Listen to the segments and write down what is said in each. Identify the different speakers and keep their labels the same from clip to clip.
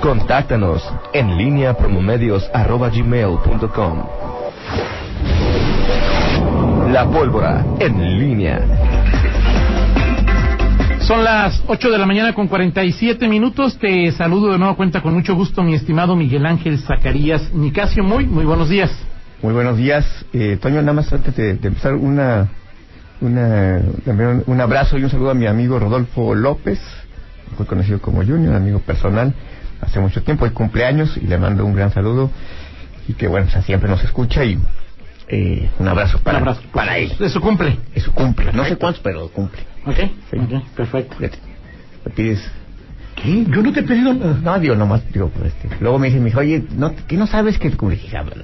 Speaker 1: Contáctanos en línea promomedios.com. La pólvora en línea.
Speaker 2: Son las 8 de la mañana con 47 minutos. Te saludo de nuevo cuenta con mucho gusto, mi estimado Miguel Ángel Zacarías Nicasio. Muy, muy buenos días.
Speaker 3: Muy buenos días. Eh, Toño, nada más antes de, de empezar, una, una, también un abrazo y un saludo a mi amigo Rodolfo López, muy conocido como Junior, amigo personal, hace mucho tiempo, es cumpleaños y le mando un gran saludo. Y que bueno, o sea, siempre nos escucha y eh, un abrazo para,
Speaker 2: Un abrazo.
Speaker 3: para él.
Speaker 2: Eso cumple.
Speaker 3: Eso cumple, no sé cuántos, pero cumple.
Speaker 2: Ok,
Speaker 3: Sí.
Speaker 2: ok, perfecto.
Speaker 3: Fíjate, le pides
Speaker 2: ¿Qué? Yo no te he pedido nada.
Speaker 3: No, digo, nomás, digo, pues, este. Luego me dicen, me dijo, oye, ¿no, ¿qué no sabes que el cumple? Dije, "Ah, bueno,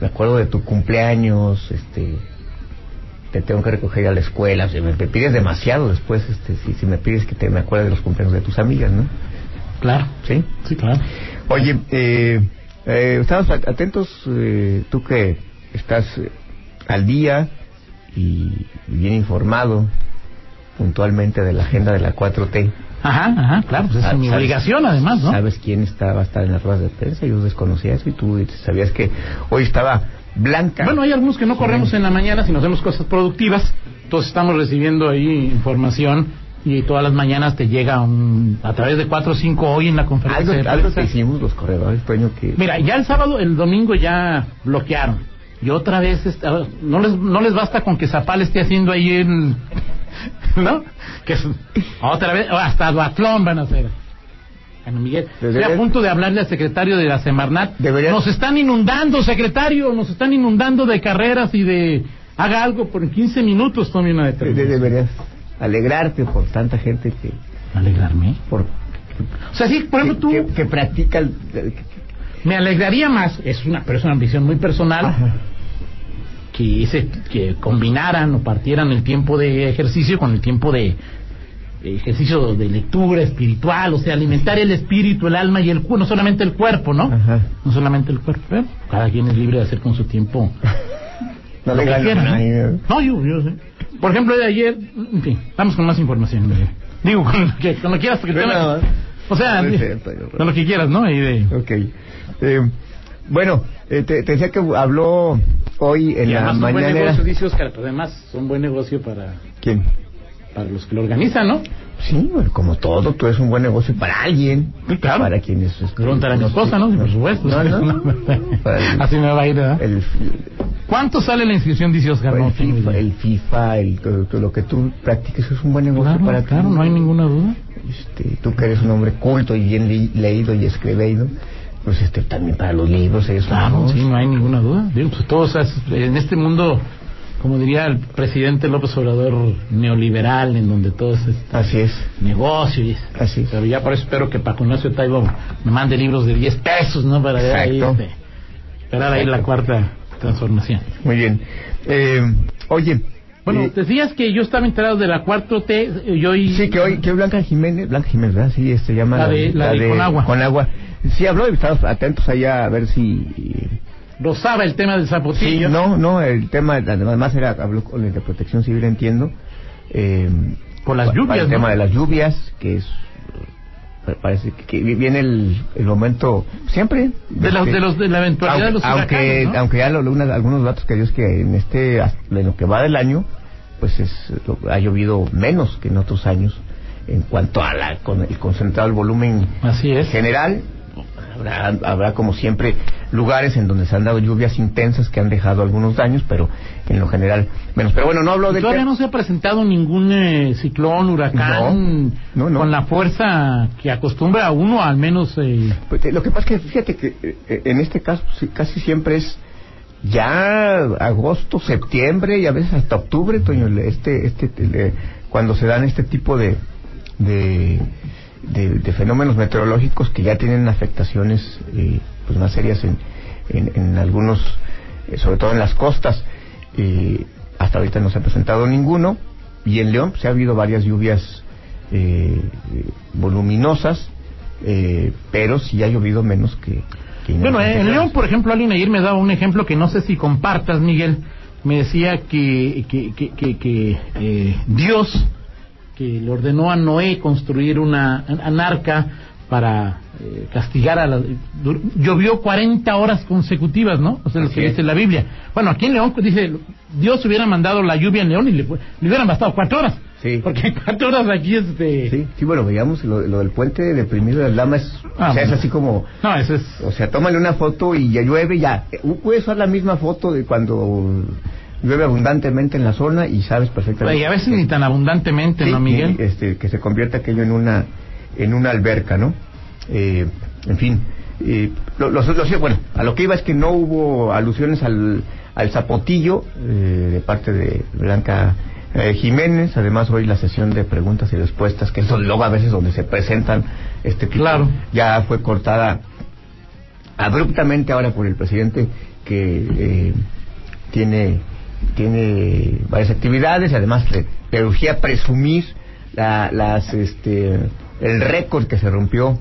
Speaker 3: Me acuerdo de tu cumpleaños, este. Te tengo que recoger a la escuela. o sea, me, me pides demasiado después, este, si, si me pides que te me acuerdes de los cumpleaños de tus amigas, ¿no?
Speaker 2: Claro.
Speaker 3: Sí.
Speaker 2: Sí, claro.
Speaker 3: Oye, eh, eh, estamos at- atentos, eh, tú que estás eh, al día y bien informado puntualmente de la agenda de la 4T.
Speaker 2: Ajá, ajá, claro. Pues es
Speaker 3: ¿Sabes-
Speaker 2: mi obligación, además, ¿no?
Speaker 3: ¿Sabes quién estaba a estar en las ruedas de prensa? Yo desconocía eso y tú sabías que hoy estaba Blanca.
Speaker 2: Bueno, hay algunos que no corremos en la mañana, sino hacemos cosas productivas. Entonces estamos recibiendo ahí información y todas las mañanas te llega un- a través de 4 o 5 hoy en la
Speaker 3: algo,
Speaker 2: conferencia de
Speaker 3: algo
Speaker 2: prensa.
Speaker 3: que hicimos los corredores, Toño, que...
Speaker 2: Mira, ya el sábado, el domingo ya bloquearon. Y otra vez, este, ah, no, les, no les basta con que Zapal esté haciendo ahí el... ¿No? Que es- otra vez, oh, hasta Duatlón van a hacer. Bueno, Miguel, estoy a
Speaker 3: Deberías-
Speaker 2: punto de hablarle al secretario de la Semarnat.
Speaker 3: Deberías-
Speaker 2: Nos están inundando, secretario, nos están inundando de carreras y de... Haga algo por 15 minutos, tome una
Speaker 3: de- de-
Speaker 2: determinación.
Speaker 3: deberías alegrarte por tanta gente que...
Speaker 2: ¿Alegrarme?
Speaker 3: Por,
Speaker 2: O sea, sí, por ejemplo, tú...
Speaker 3: que, que practica... el- que- que-
Speaker 2: Me alegraría más, es una, pero es una ambición muy personal,
Speaker 3: Ajá.
Speaker 2: que ese- que combinaran o partieran el tiempo de ejercicio con el tiempo de de ejercicio de lectura espiritual, o sea, alimentar el espíritu, el alma y el cuerpo, no solamente el cuerpo, ¿no?
Speaker 3: Ajá.
Speaker 2: No solamente el cuerpo, pero cada quien es libre de hacer con su tiempo
Speaker 3: No
Speaker 2: lo
Speaker 3: le
Speaker 2: que
Speaker 3: ganas
Speaker 2: quiera,
Speaker 3: a nadie,
Speaker 2: ¿no?
Speaker 3: ¿no?
Speaker 2: No, yo, yo sé. Por ejemplo, de ayer, en fin, vamos con más información. Miguel. Digo, con lo que, con lo que quieras, porque
Speaker 3: Bueno,
Speaker 2: te-
Speaker 3: nada más.
Speaker 2: o sea,
Speaker 3: No es
Speaker 2: de-
Speaker 3: cierto, yo-
Speaker 2: de lo que quieras, ¿no? Y de,
Speaker 3: Ok. Eh, bueno, eh, te, te decía que habló hoy en
Speaker 2: Y
Speaker 3: la
Speaker 2: además un buen
Speaker 3: mañanera...
Speaker 2: negocio, dice Oscar, pero además un buen negocio para,
Speaker 3: ¿Quién?
Speaker 2: para los que lo organizan, ¿no?
Speaker 3: Sí, bueno, como todo, tú es un buen negocio para alguien.
Speaker 2: Sí, claro.
Speaker 3: Para quienes... este,
Speaker 2: Preguntar a mi
Speaker 3: no-
Speaker 2: esposa, ¿no? Sí, Por supuesto.
Speaker 3: No, no. Para el-
Speaker 2: Así me va a ir, ¿verdad?
Speaker 3: el, Pues,
Speaker 2: ¿Cuánto sale la inscripción, dice Oscar?
Speaker 3: el
Speaker 2: No, tengo
Speaker 3: FIFA,
Speaker 2: idea.
Speaker 3: el FIFA, el- todo- todo lo que tú practiques es un buen negocio
Speaker 2: Claro,
Speaker 3: para ti.
Speaker 2: claro, no hay ninguna duda.
Speaker 3: Este, tú que eres un hombre culto y bien li- leído y escribido, pues este, también para los libros es un
Speaker 2: Claro,
Speaker 3: negocio.
Speaker 2: sí, no hay ninguna duda. Digo, pues, todos has- en este mundo, como diría el presidente López Obrador, neoliberal, en donde todo es este,
Speaker 3: Así es,
Speaker 2: negocio y es-
Speaker 3: así es.
Speaker 2: Pero ya por eso espero que Paco Ignacio Taibo me mande libros de 10 pesos, ¿no? Para ver ahí,
Speaker 3: Exacto.
Speaker 2: este, esperar ahí la cuarta transformación.
Speaker 3: Muy bien. Eh, oye,
Speaker 2: Bueno,
Speaker 3: eh,
Speaker 2: decías que yo estaba enterado de la 4T, eh, yo y...
Speaker 3: sí, que hoy que Blanca Jiménez, Blanca Jiménez, ¿verdad? Sí, este llama
Speaker 2: La de- la de Conagua.
Speaker 3: Conagua. Sí, habló y estábamos atentos allá a ver si
Speaker 2: Rozaba el tema del
Speaker 3: Sí,
Speaker 2: zapotillo.
Speaker 3: no, no, el tema, además era, habló con el de protección civil, entiendo. eh,
Speaker 2: Con las
Speaker 3: pa-
Speaker 2: lluvias,
Speaker 3: para El
Speaker 2: ¿no?
Speaker 3: tema de las lluvias, que es. eh, Parece que, que viene el, el momento siempre.
Speaker 2: De, los,
Speaker 3: este,
Speaker 2: de, los, de la eventualidad de los
Speaker 3: aunque,
Speaker 2: huracanes, ¿no?
Speaker 3: aunque ya lo- lo- unas- algunos datos que Dios que en este en lo que va del año pues es lo- ha llovido menos que en otros años en cuanto a la con el concentrado el volumen
Speaker 2: Así es.
Speaker 3: general habrá, habrá como siempre lugares en donde se han dado lluvias intensas que han dejado algunos daños pero en lo general menos pero bueno no hablo
Speaker 2: Y
Speaker 3: de
Speaker 2: Todavía no se ha presentado ningún eh, ciclón, huracán,
Speaker 3: No, no, no.
Speaker 2: con la fuerza que acostumbra a uno al menos... eh,
Speaker 3: Pues, eh, lo que pasa es que fíjate que eh, eh, en este caso sí, casi siempre es ya agosto, septiembre y a veces hasta octubre, Toño, el- este, este, el, eh, cuando se dan este tipo de, de, de- de fenómenos meteorológicos que ya tienen afectaciones eh, pues más serias en, en- en algunos, eh, sobre todo en las costas. Eh, hasta ahorita no se ha presentado ninguno y en León pues, se ha habido varias lluvias eh, eh, voluminosas, eh, pero sí ha llovido menos que... que
Speaker 2: Bueno,
Speaker 3: otros
Speaker 2: eh, en
Speaker 3: lugares.
Speaker 2: León, por ejemplo, alguien ayer me daba un ejemplo que no sé si compartas, Miguel. Me decía que, que, que, que- que, eh, Dios, que le ordenó a Noé construir una an- an arca para eh, eh, castigar a la... dur- Llovió 40 horas consecutivas, ¿no? O sea, lo
Speaker 3: Así
Speaker 2: que
Speaker 3: es.
Speaker 2: dice la Biblia. Bueno, aquí en León pues, dice, Dios hubiera mandado la lluvia en León y le, fu- le hubieran bastado cuatro horas.
Speaker 3: Sí.
Speaker 2: Porque cuatro horas aquí este...
Speaker 3: Sí, sí, bueno, veamos, lo, lo del puente deprimido de las lamas,
Speaker 2: Ah,
Speaker 3: o sea, es
Speaker 2: bueno.
Speaker 3: así como,
Speaker 2: No, eso es...
Speaker 3: o sea, tómale una foto y ya llueve, ya. Eh, Puedes usar la misma foto de cuando llueve abundantemente en la zona y sabes perfectamente.
Speaker 2: Y a veces ni tan abundantemente,
Speaker 3: Sí,
Speaker 2: ¿no,
Speaker 3: y,
Speaker 2: Miguel?
Speaker 3: este, que se convierta aquello en una en una alberca, ¿no? Eh, en fin, eh, lo, lo- lo sé, bueno, a lo que iba es que no hubo alusiones al, al zapotillo eh, de parte de Blanca eh, Jiménez, además hoy la sesión de preguntas y respuestas, que es donde- luego a veces donde se presentan este tipo,
Speaker 2: Claro.
Speaker 3: ya fue cortada abruptamente ahora por el presidente que eh, tiene tiene varias actividades además le, le urgía presumir la- las este el récord que se rompió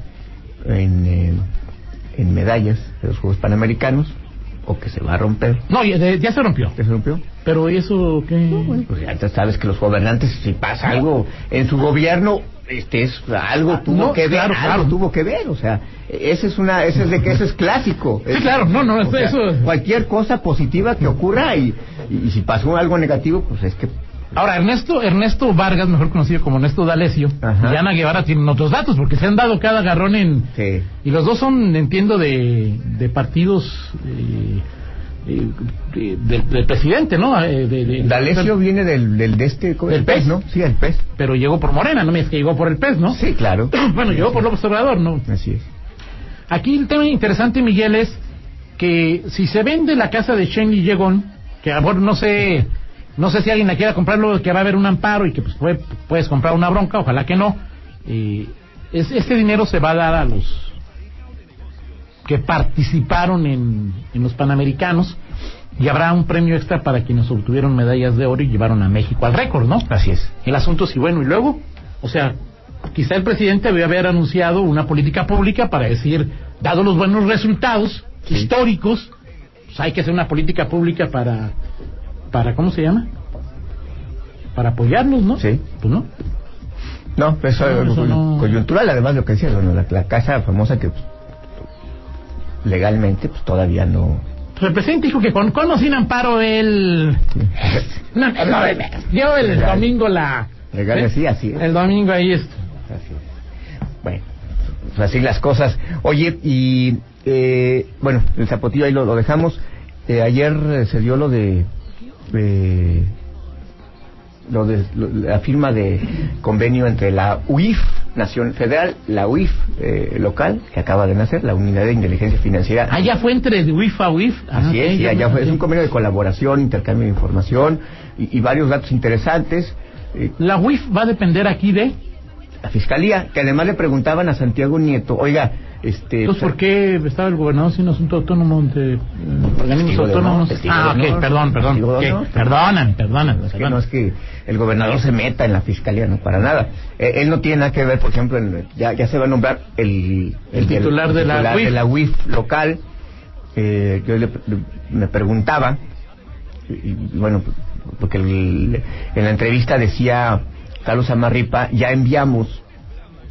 Speaker 3: en, eh, en medallas de los Juegos Panamericanos o que se va a romper
Speaker 2: No, ya, de- ya se rompió.
Speaker 3: que se rompió
Speaker 2: Pero ¿y eso qué?
Speaker 3: pues ya te sabes que los gobernantes si pasa algo en su gobierno este es algo
Speaker 2: Ah,
Speaker 3: tuvo
Speaker 2: no,
Speaker 3: que ver
Speaker 2: claro,
Speaker 3: algo
Speaker 2: claro.
Speaker 3: tuvo que ver o sea ese es una ese es de que ese es clásico
Speaker 2: Sí,
Speaker 3: Es-
Speaker 2: claro, no, no,
Speaker 3: o
Speaker 2: eso-
Speaker 3: sea,
Speaker 2: eso-
Speaker 3: cualquier cosa positiva que ocurra y, y- y si pasó algo negativo pues es que
Speaker 2: Ahora, Ernesto, Ernesto Vargas, mejor conocido como Ernesto D'Alessio,
Speaker 3: Ajá.
Speaker 2: y Ana Guevara tienen otros datos, porque se han dado cada agarrón en...
Speaker 3: se-
Speaker 2: Y los dos son, entiendo, de, de partidos eh, eh, de- del, del presidente, ¿no? Eh, de- de-
Speaker 3: D'Alessio viene del, del de este
Speaker 2: Del
Speaker 3: el
Speaker 2: pez.
Speaker 3: no sí el pez
Speaker 2: Pero llegó por Morena, no me es que llegó por el PES, ¿no?
Speaker 3: sí claro
Speaker 2: bueno, llegó por López Obrador, ¿no?
Speaker 3: así es
Speaker 2: Aquí el tema interesante, Miguel, es que si se vende la casa de Shenley Yegon, que a lo mejor no sé, no sé si alguien la quiera comprar, luego que va a haber un amparo y que pues, puede- puedes comprar una bronca, ojalá que no. eh, es- este dinero se va a dar a los que participaron en, en los Panamericanos y habrá un premio extra para quienes obtuvieron medallas de oro y llevaron a México al récord, ¿no?
Speaker 3: así es
Speaker 2: el asunto si bueno y luego o sea quizá el presidente debe haber anunciado una política pública para decir dado los buenos resultados
Speaker 3: Sí.
Speaker 2: históricos pues hay que hacer una política pública para para cómo se llama para apoyarnos no
Speaker 3: Sí.
Speaker 2: pues no
Speaker 3: no pues,
Speaker 2: No,
Speaker 3: eso es
Speaker 2: eso no.
Speaker 3: coyuntural además lo que decía bueno, la, la casa famosa que pues, legalmente pues todavía no
Speaker 2: Pues el presidente dijo que con, con o sin amparo él no, no, no,
Speaker 3: eh,
Speaker 2: dio el
Speaker 3: Legal.
Speaker 2: domingo la
Speaker 3: Legal, sí, así es.
Speaker 2: el domingo ahí esto
Speaker 3: Así es. Bueno, pues así las cosas. Oye, y eh, bueno, el zapotillo ahí lo, lo dejamos. Eh, ayer eh, se dio lo de. eh, lo de lo- la firma de convenio entre la UIF Nación Federal, la UIF eh, local, que acaba de nacer, la Unidad de Inteligencia Financiera.
Speaker 2: allá fue entre WIF a WIF Ah,
Speaker 3: Así
Speaker 2: ok,
Speaker 3: es, y
Speaker 2: ya
Speaker 3: allá
Speaker 2: me-
Speaker 3: fue, es un convenio de colaboración, intercambio de información y, y varios datos interesantes. eh,
Speaker 2: la WIF va a depender aquí de
Speaker 3: la fiscalía, que además le preguntaban a Santiago Nieto, oiga, este...
Speaker 2: Entonces, ¿por qué estaba el gobernador sin asunto autónomo ante eh, organismos
Speaker 3: Testigo de honor,
Speaker 2: autónomos?
Speaker 3: testigo
Speaker 2: Ah,
Speaker 3: de honor.
Speaker 2: ok, perdón, perdón.
Speaker 3: Testigo de
Speaker 2: Ok,
Speaker 3: honor.
Speaker 2: Perdóname, perdóname.
Speaker 3: Es que no
Speaker 2: perdóname.
Speaker 3: es que el gobernador se meta en la fiscalía, no para nada. Eh, él no tiene nada que ver, por ejemplo, en- ya, ya se va a nombrar el,
Speaker 2: El
Speaker 3: del-
Speaker 2: titular de la
Speaker 3: titular
Speaker 2: UIF.
Speaker 3: UIF local. Eh, yo le- me preguntaba, y- y, bueno, porque el- en la entrevista decía Carlos Amarripa, ya enviamos,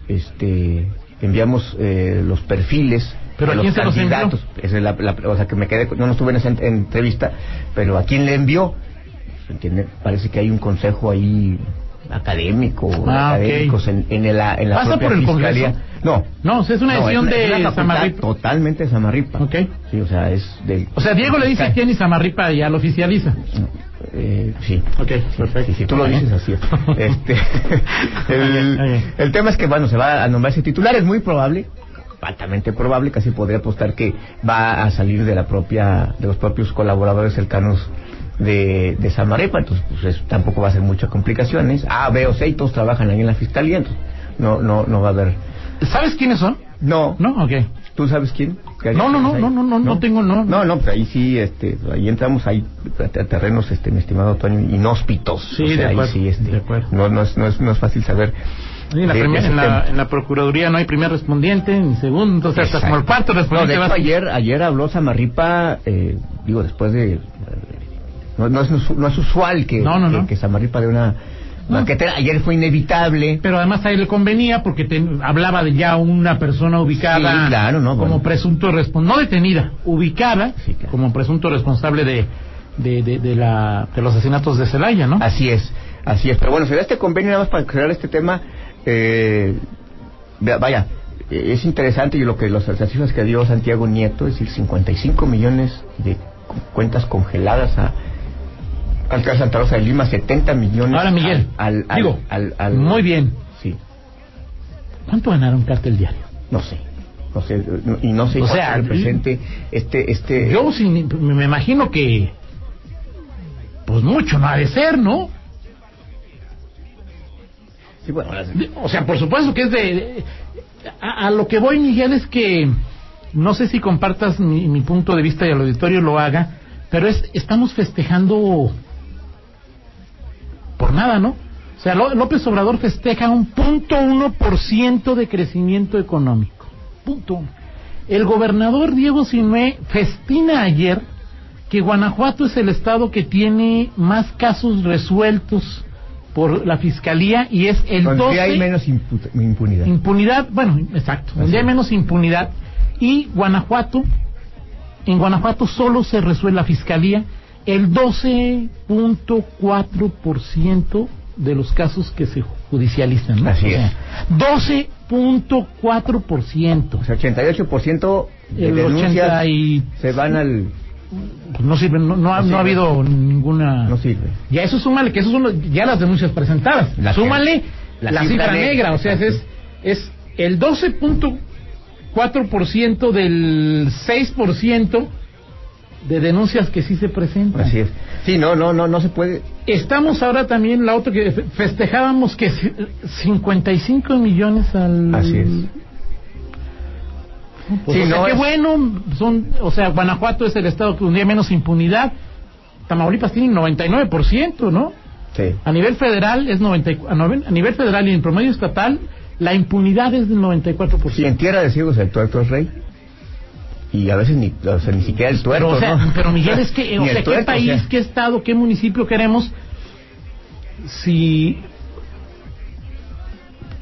Speaker 3: este, enviamos eh, los perfiles.
Speaker 2: ¿Pero
Speaker 3: de
Speaker 2: a quién se los envió?
Speaker 3: candidatos. Esa es la- la- o sea, que me quedé, con- no, no estuve en esa en- entrevista, pero ¿a quién le envió? ¿Se entiende? Parece que hay un consejo ahí académico,
Speaker 2: Ah,
Speaker 3: académicos
Speaker 2: ok.
Speaker 3: en, en la, en la
Speaker 2: ¿Pasa
Speaker 3: propia
Speaker 2: por el
Speaker 3: fiscalía.
Speaker 2: Congreso?
Speaker 3: No,
Speaker 2: No, o sea, es una
Speaker 3: no,
Speaker 2: decisión
Speaker 3: es una
Speaker 2: de
Speaker 3: facultad
Speaker 2: Samarripa.
Speaker 3: Totalmente de Samarripa.
Speaker 2: Ok.
Speaker 3: Sí, o sea, es del.
Speaker 2: O sea, Diego le dice a quién y Samarripa ya lo oficializa.
Speaker 3: Eh, sí.
Speaker 2: Ok,
Speaker 3: Sí, sí, tú lo dices así. es. Este,
Speaker 2: Está bien, está
Speaker 3: el,
Speaker 2: bien.
Speaker 3: el tema es que, bueno, se va a nombrar ese titular, es muy probable, altamente probable, casi podría apostar que va a salir de la propia, de los propios colaboradores cercanos de, de Samarepa, entonces pues, es- tampoco va a ser muchas complicaciones. A, B o C, y todos trabajan ahí en la fiscalía, entonces no, no, no va a haber.
Speaker 2: ¿Sabes quiénes son?
Speaker 3: No,
Speaker 2: No, ok.
Speaker 3: ¿Tú sabes quién? ¿Qué hay-
Speaker 2: No, no, no,
Speaker 3: ahí?
Speaker 2: no, no, no, no tengo, no.
Speaker 3: No, no, pues ahí sí, este, ahí entramos ahí a a terrenos, este, mi estimado Toño, inhóspitos.
Speaker 2: Sí,
Speaker 3: O sea,
Speaker 2: de
Speaker 3: ahí
Speaker 2: acuerdo,
Speaker 3: sí, este,
Speaker 2: de acuerdo.
Speaker 3: No, no, es, no, es, no es fácil saber.
Speaker 2: Sí, En la,
Speaker 3: de- de
Speaker 2: primer-
Speaker 3: ese
Speaker 2: en,
Speaker 3: tema.
Speaker 2: la, en la Procuraduría no hay primer respondiente, ni segundo, o sea, hasta
Speaker 3: Exacto.
Speaker 2: como el cuarto
Speaker 3: No, de
Speaker 2: respondiente
Speaker 3: hecho,
Speaker 2: vas-
Speaker 3: ayer, ayer habló Samarripa, eh, digo, después de... eh, No, no, es, no es usual que,
Speaker 2: No, no,
Speaker 3: que,
Speaker 2: no.
Speaker 3: que Samarripa dé una Banquetera, ayer fue inevitable.
Speaker 2: Pero además a él le convenía porque te- hablaba de ya una persona ubicada
Speaker 3: Sí, claro, no,
Speaker 2: como
Speaker 3: bueno.
Speaker 2: presunto responsable, no detenida, ubicada
Speaker 3: Sí, claro.
Speaker 2: como presunto responsable de, de, de, de la, de los asesinatos de Celaya, ¿no?
Speaker 3: Así es, así es. Pero bueno, se da este convenio nada más para crear este tema. eh, vea- vaya, eh, es interesante y lo que los, las cifras que dio Santiago Nieto, es decir, 55 millones de cu- cuentas congeladas a al caso Santa Rosa de Lima, 70 millones.
Speaker 2: Ahora, Miguel,
Speaker 3: al, al-
Speaker 2: digo,
Speaker 3: al- al-
Speaker 2: muy bien.
Speaker 3: Sí,
Speaker 2: ¿Cuánto ganaron cartel diario?
Speaker 3: no sé. No sé, no- y no sé
Speaker 2: O
Speaker 3: cuánto
Speaker 2: sea,
Speaker 3: represente este este
Speaker 2: Yo sin- me imagino que, pues mucho no ha de ser, ¿no?
Speaker 3: Sí, bueno, las-
Speaker 2: De- O sea, por supuesto que es de... A, a lo que voy, Miguel, es que... No sé si compartas mi, mi punto de vista y el auditorio lo haga, pero es estamos festejando por nada, ¿no? O sea, Ló- López Obrador festeja un punto uno por ciento de crecimiento económico. Punto uno. El gobernador Diego Sinué festina ayer que Guanajuato es el estado que tiene más casos resueltos por la fiscalía y es el
Speaker 3: donde
Speaker 2: 12
Speaker 3: hay menos imputa- impunidad.
Speaker 2: impunidad, bueno, exacto, donde
Speaker 3: Así
Speaker 2: hay
Speaker 3: es.
Speaker 2: menos impunidad y Guanajuato, en Guanajuato solo se resuelve la fiscalía el 12.4% de los casos que se judicializan. ¿no?
Speaker 3: Así
Speaker 2: O sea,
Speaker 3: es.
Speaker 2: 12.4%.
Speaker 3: O sea, 88% de
Speaker 2: El
Speaker 3: denuncias
Speaker 2: 80 y-
Speaker 3: se van al...
Speaker 2: Pues no sirve, no, no ha,
Speaker 3: No
Speaker 2: no
Speaker 3: sirve.
Speaker 2: ha habido ninguna...
Speaker 3: no sirve.
Speaker 2: Y a eso súmale, que eso son los- ya las denuncias presentadas.
Speaker 3: La
Speaker 2: súmale
Speaker 3: cifra-
Speaker 2: la,
Speaker 3: la
Speaker 2: cifra,
Speaker 3: cifra
Speaker 2: negra,
Speaker 3: negra,
Speaker 2: o sea, es,
Speaker 3: exacto.
Speaker 2: es el 12.4% del 6% de denuncias que sí se presentan.
Speaker 3: Así es. Sí, no, no, no, no se puede.
Speaker 2: Estamos ahora también, la otra que fe- festejábamos que c- 55 millones al...
Speaker 3: Así es.
Speaker 2: Pues,
Speaker 3: Sí,
Speaker 2: o sea,
Speaker 3: no
Speaker 2: qué
Speaker 3: es-
Speaker 2: bueno, son, o sea, Guanajuato es el estado que un día menos impunidad. Tamaulipas tiene 99%, ¿no?
Speaker 3: Sí.
Speaker 2: A nivel federal es 94, a noven- a nivel federal y en promedio estatal la impunidad es del 94%.
Speaker 3: Si en tierra de ciegos el tuerto es rey. Y a veces ni, o sea, ni siquiera el tuerto,
Speaker 2: pero, o sea,
Speaker 3: ¿no?
Speaker 2: pero Miguel es que, o
Speaker 3: Ni el
Speaker 2: sea, qué
Speaker 3: tuerto, o
Speaker 2: país,
Speaker 3: sea.
Speaker 2: qué estado, qué municipio queremos si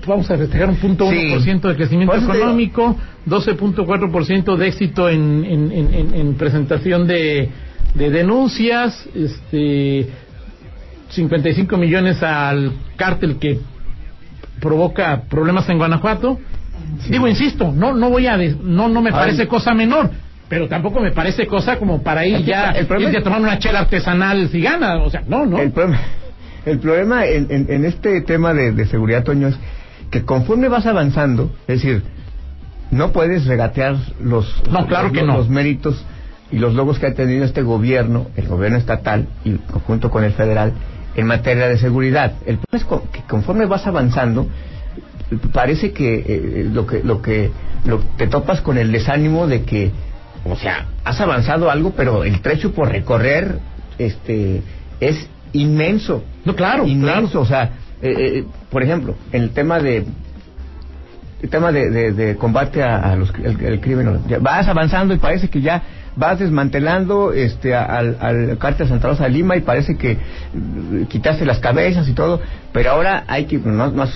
Speaker 2: vamos a festejar un punto
Speaker 3: Sí.
Speaker 2: uno por ciento de crecimiento
Speaker 3: Por eso te digo.
Speaker 2: económico, 12.4% de éxito en, en, en- en- en presentación de, de denuncias, este 55 millones al cártel que provoca problemas en Guanajuato. Digo, insisto, no no voy a des- no no me
Speaker 3: Ahora,
Speaker 2: parece cosa menor, pero tampoco me parece cosa como para ir
Speaker 3: Aquí
Speaker 2: ya
Speaker 3: está, el problema
Speaker 2: irte a
Speaker 3: es-
Speaker 2: tomar una chela artesanal cigana, o sea, no, no.
Speaker 3: El problema, el problema en, en- en este tema de, de seguridad, Toño, es que conforme vas avanzando, es decir, no puedes regatear los,
Speaker 2: No, claro
Speaker 3: los-
Speaker 2: que no.
Speaker 3: los méritos y los logros que ha tenido este gobierno, el gobierno estatal y junto con el federal, en materia de seguridad. El problema es co- que conforme vas avanzando, parece que eh, lo que lo que lo- te topas con el desánimo de que o sea has avanzado algo pero el trecho por recorrer este es inmenso
Speaker 2: No, claro,
Speaker 3: inmenso
Speaker 2: claro.
Speaker 3: o sea eh, eh, por ejemplo en el tema de el tema de, de- de combate a, a los, el, el crimen ya vas avanzando y parece que ya vas desmantelando este a- al, al cártel Santa Rosa de Lima y parece que mm, quitaste las cabezas y todo pero ahora hay que no, no has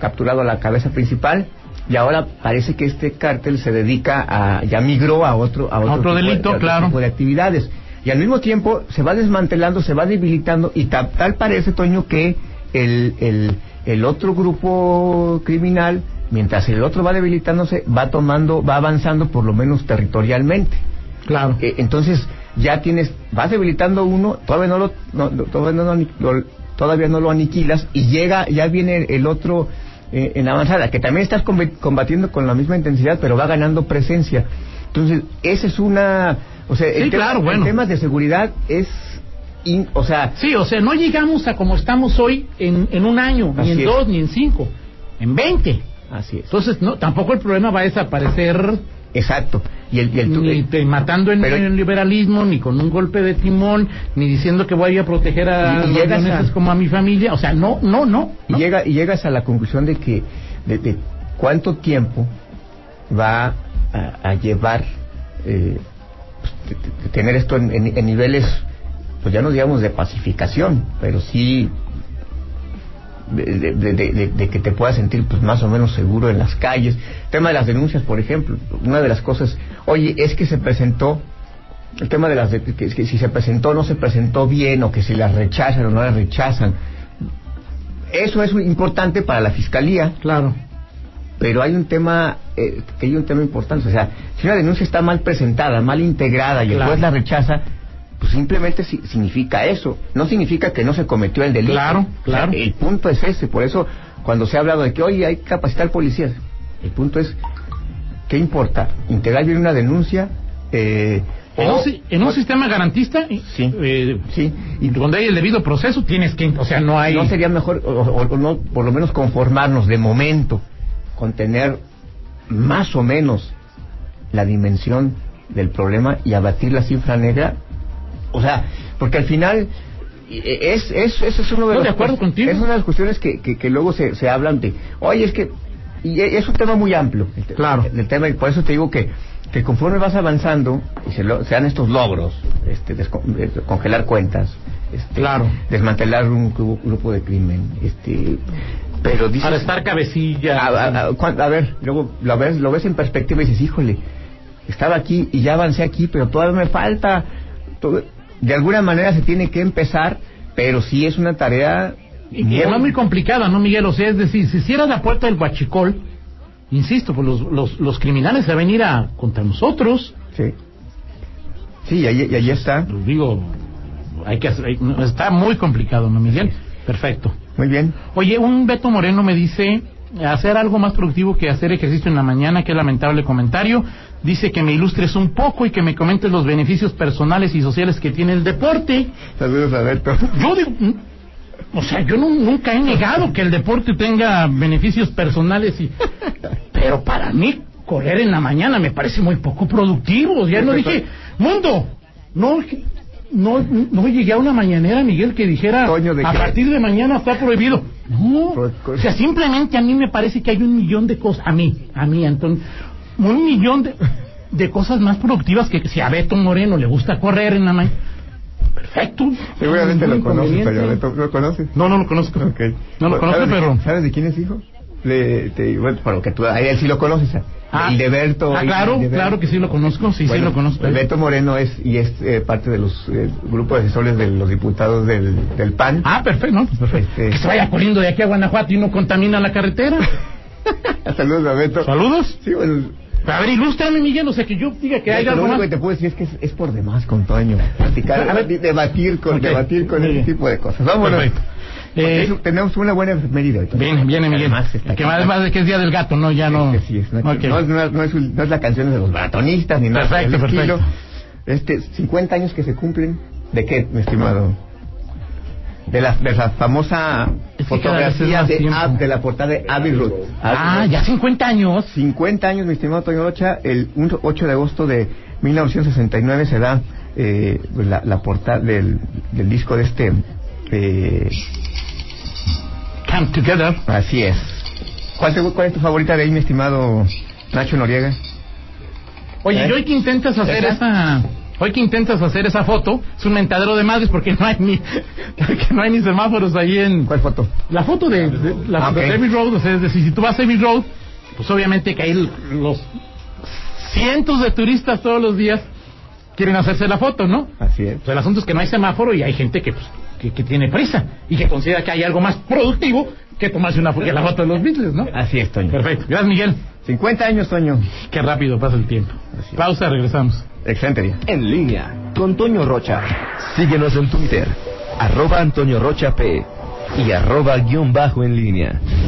Speaker 3: capturado la cabeza principal y ahora parece que este cártel se dedica a ya migró a otro a otro,
Speaker 2: otro
Speaker 3: tipo de-
Speaker 2: delito,
Speaker 3: a otro
Speaker 2: claro.
Speaker 3: tipo de actividades y al mismo tiempo se va desmantelando se va debilitando y ta- tal, parece Toño que el, el, el otro grupo criminal mientras el otro va debilitándose va tomando va avanzando por lo menos territorialmente
Speaker 2: claro.
Speaker 3: Eh, entonces ya tienes vas debilitando uno todavía no lo no- no- todavía no lo ani- lo- todavía no lo aniquilas y llega ya viene el otro eh, en avanzada que también estás combi- combatiendo con la misma intensidad pero va ganando presencia entonces esa es una o sea
Speaker 2: Sí,
Speaker 3: el tema-
Speaker 2: claro,
Speaker 3: en
Speaker 2: bueno.
Speaker 3: temas de seguridad es in- o sea
Speaker 2: Sí, o sea, no llegamos a como estamos hoy en, en un año, ni
Speaker 3: Así
Speaker 2: en
Speaker 3: es.
Speaker 2: dos, ni en cinco, en veinte.
Speaker 3: así es
Speaker 2: Entonces, no, tampoco el problema va a desaparecer
Speaker 3: exacto y el, y el tu-
Speaker 2: ni te- matando en
Speaker 3: Pero-
Speaker 2: el liberalismo, ni con un golpe de timón, ni diciendo que voy a proteger a
Speaker 3: Y- y
Speaker 2: los
Speaker 3: llegas
Speaker 2: leoneses
Speaker 3: a-
Speaker 2: como a mi familia. O sea, no, no, no.
Speaker 3: Y,
Speaker 2: no.
Speaker 3: llega, y llegas a la conclusión de que de, de cuánto tiempo va a, a llevar eh, pues, t- t- tener esto en, en- en niveles, pues ya no digamos de pacificación, pero sí de, de- de- de- de que te puedas sentir pues, más o menos seguro en las calles. Tema de las denuncias, por ejemplo, una de las cosas, oye, es que se presentó, el tema de las, de- que, que si se presentó no se presentó bien, o que si las rechazan o no las rechazan. Eso es muy importante para la fiscalía,
Speaker 2: Claro.
Speaker 3: pero hay un tema, eh, que hay un tema importante, o sea, si una denuncia está mal presentada, mal integrada y el
Speaker 2: Claro.
Speaker 3: juez la rechaza, pues simplemente si- significa eso, no significa que no se cometió el delito.
Speaker 2: Claro,
Speaker 3: O sea,
Speaker 2: claro.
Speaker 3: el punto es ese, por eso cuando se ha hablado de que hoy hay que capacitar policías, el punto es, ¿qué importa? ¿Integrar bien una denuncia? Eh,
Speaker 2: En
Speaker 3: o-
Speaker 2: un, si- en un sistema garantista,
Speaker 3: Sí.
Speaker 2: eh,
Speaker 3: Sí,
Speaker 2: y donde hay el debido proceso, tienes que, o sea, no hay.
Speaker 3: ¿No sería mejor, o, o- o no, por lo menos conformarnos de momento con tener más o menos la dimensión del problema y abatir la cifra negra? O sea, porque al final eh, es, es, eso es uno de los
Speaker 2: No,
Speaker 3: pues,
Speaker 2: de acuerdo contigo.
Speaker 3: Es una de las cuestiones que, que, que luego se, se hablan de, oye, es que y e- es un tema muy amplio. el te-
Speaker 2: Claro.
Speaker 3: El tema, y por eso te digo que, que conforme vas avanzando y se, lo- se dan estos logros, este, desco- eh, congelar cuentas, este,
Speaker 2: Claro.
Speaker 3: desmantelar un grupo, grupo de crimen, este, pero dices,
Speaker 2: Para estar cabecilla.
Speaker 3: a, a- a- cuan- a ver, luego lo ves, lo ves en perspectiva y dices, híjole, estaba aquí y ya avancé aquí, pero todavía me falta. To- De alguna manera se tiene que empezar, pero sí es una tarea
Speaker 2: Y que además muy complicada, ¿no, Miguel? O sea, es decir, si cierras la puerta del huachicol, insisto, pues los, los, los criminales se van a venir a contra nosotros.
Speaker 3: Sí, sí y ahí, y ahí está.
Speaker 2: Pues digo, hay que hacer- hay- no, está muy complicado, ¿no, Miguel? Perfecto.
Speaker 3: Muy bien.
Speaker 2: Oye, un Beto Moreno me dice hacer algo más productivo que hacer ejercicio en la mañana, qué lamentable comentario. Dice que me ilustres un poco y que me comentes los beneficios personales y sociales que tiene el deporte.
Speaker 3: Saludos, Alberto.
Speaker 2: Yo digo, mm, o sea, yo nu- nunca he negado que el deporte tenga beneficios personales y, pero para mí correr en la mañana me parece muy poco productivo. Ya no dije, mundo, no, no, no llegué a una mañanera, Miguel, que dijera
Speaker 3: Toño, ¿de
Speaker 2: a
Speaker 3: qué?
Speaker 2: partir de mañana está prohibido. No,
Speaker 3: Pues,
Speaker 2: o sea, simplemente a mí me parece que hay un millón de cosas, a mí, a mí, Antonio, un millón de, de cosas más productivas que si a Beto Moreno le gusta correr en la mañana. Perfecto.
Speaker 3: Seguramente
Speaker 2: Ningún
Speaker 3: lo conoces,
Speaker 2: inconveniente.
Speaker 3: Toño, Alberto. ¿Lo conoces?
Speaker 2: No, no lo conozco.
Speaker 3: Ok.
Speaker 2: No lo
Speaker 3: Bueno,
Speaker 2: conozco,
Speaker 3: ¿sabes de-
Speaker 2: pero.
Speaker 3: ¿Sabes de quién es hijo? Le, te, bueno, por lo que tú, a él sí lo conoces. a-
Speaker 2: Ah,
Speaker 3: el de pues, Berto.
Speaker 2: Ah, claro, claro que sí lo conozco. Sí, sí lo conozco.
Speaker 3: Berto Moreno es y es eh, parte de los eh, grupos de asesores de los diputados del, del PAN.
Speaker 2: Ah, perfecto, no, pues perfecto.
Speaker 3: Este-
Speaker 2: Que se vaya corriendo de aquí a Guanajuato y no contamina la carretera.
Speaker 3: Saludos a Beto.
Speaker 2: Saludos.
Speaker 3: Sí, bueno,
Speaker 2: A ver, ilústrame, Miguel, o sea, que yo diga que hay
Speaker 3: Beto, lo
Speaker 2: algo
Speaker 3: único
Speaker 2: más.
Speaker 3: que te puedo decir es que es, es por demás con Toño. Platicar,
Speaker 2: A ver.
Speaker 3: debatir con,
Speaker 2: Ok.
Speaker 3: debatir con
Speaker 2: Muy
Speaker 3: ese
Speaker 2: bien.
Speaker 3: tipo de cosas. Vámonos.
Speaker 2: Perfecto.
Speaker 3: Porque
Speaker 2: Eh,
Speaker 3: es- tenemos una buena efeméride hoy. Toño.
Speaker 2: viene, viene, Miguel.
Speaker 3: Además, está
Speaker 2: que
Speaker 3: aquí.
Speaker 2: además de que es día del gato, no, ya no.
Speaker 3: Este sí es, no, es-
Speaker 2: Ok.
Speaker 3: no es- no es- no es un- no es la canción de los maratonistas ni nada
Speaker 2: Perfecto,
Speaker 3: por el
Speaker 2: perfecto.
Speaker 3: estilo. Este, 50 años que se cumplen. ¿De qué, mi estimado? De la, de la famosa
Speaker 2: Es que cada vez es
Speaker 3: fotografía
Speaker 2: más
Speaker 3: de,
Speaker 2: tiempo.
Speaker 3: Ab- de la portada de Abbey Road.
Speaker 2: Ah,
Speaker 3: Abbey Road.
Speaker 2: ya 50 años.
Speaker 3: 50 años, mi estimado Toño Rocha. El un- 8 de agosto de 1969 se da eh, la, la portada del, del disco de este. eh,
Speaker 2: Come together.
Speaker 3: así es. ¿Cuál, te- ¿Cuál es tu favorita de ahí, mi estimado Nacho Noriega?
Speaker 2: Oye,
Speaker 3: ¿Eh?
Speaker 2: y hoy que intentas hacer
Speaker 3: ¿Esa?
Speaker 2: esa, hoy que intentas hacer esa foto, es un mentadero de madres porque no hay ni, porque no hay ni semáforos ahí en
Speaker 3: ¿Cuál foto?
Speaker 2: la foto de, de- la
Speaker 3: Ah,
Speaker 2: foto
Speaker 3: ok.
Speaker 2: de Abbey Road, o sea, es decir, si tú vas a Abbey Road, pues obviamente que ahí los cientos de turistas todos los días quieren hacerse la foto, ¿no?
Speaker 3: Así es.
Speaker 2: Pues el asunto es que no hay semáforo y hay gente que, pues, que, que tiene prisa y que considera que hay algo más productivo que tomarse una foto, que la foto de los Beatles, ¿no?
Speaker 3: Así es, Toño.
Speaker 2: Perfecto. Gracias, Miguel.
Speaker 3: 50 años, Toño.
Speaker 2: Qué rápido pasa el tiempo.
Speaker 3: Así es.
Speaker 2: Pausa, regresamos.
Speaker 3: Excelente día.
Speaker 1: En línea con Toño Rocha. Síguenos en Twitter, arroba Antonio Rocha P y arroba guión bajo en línea.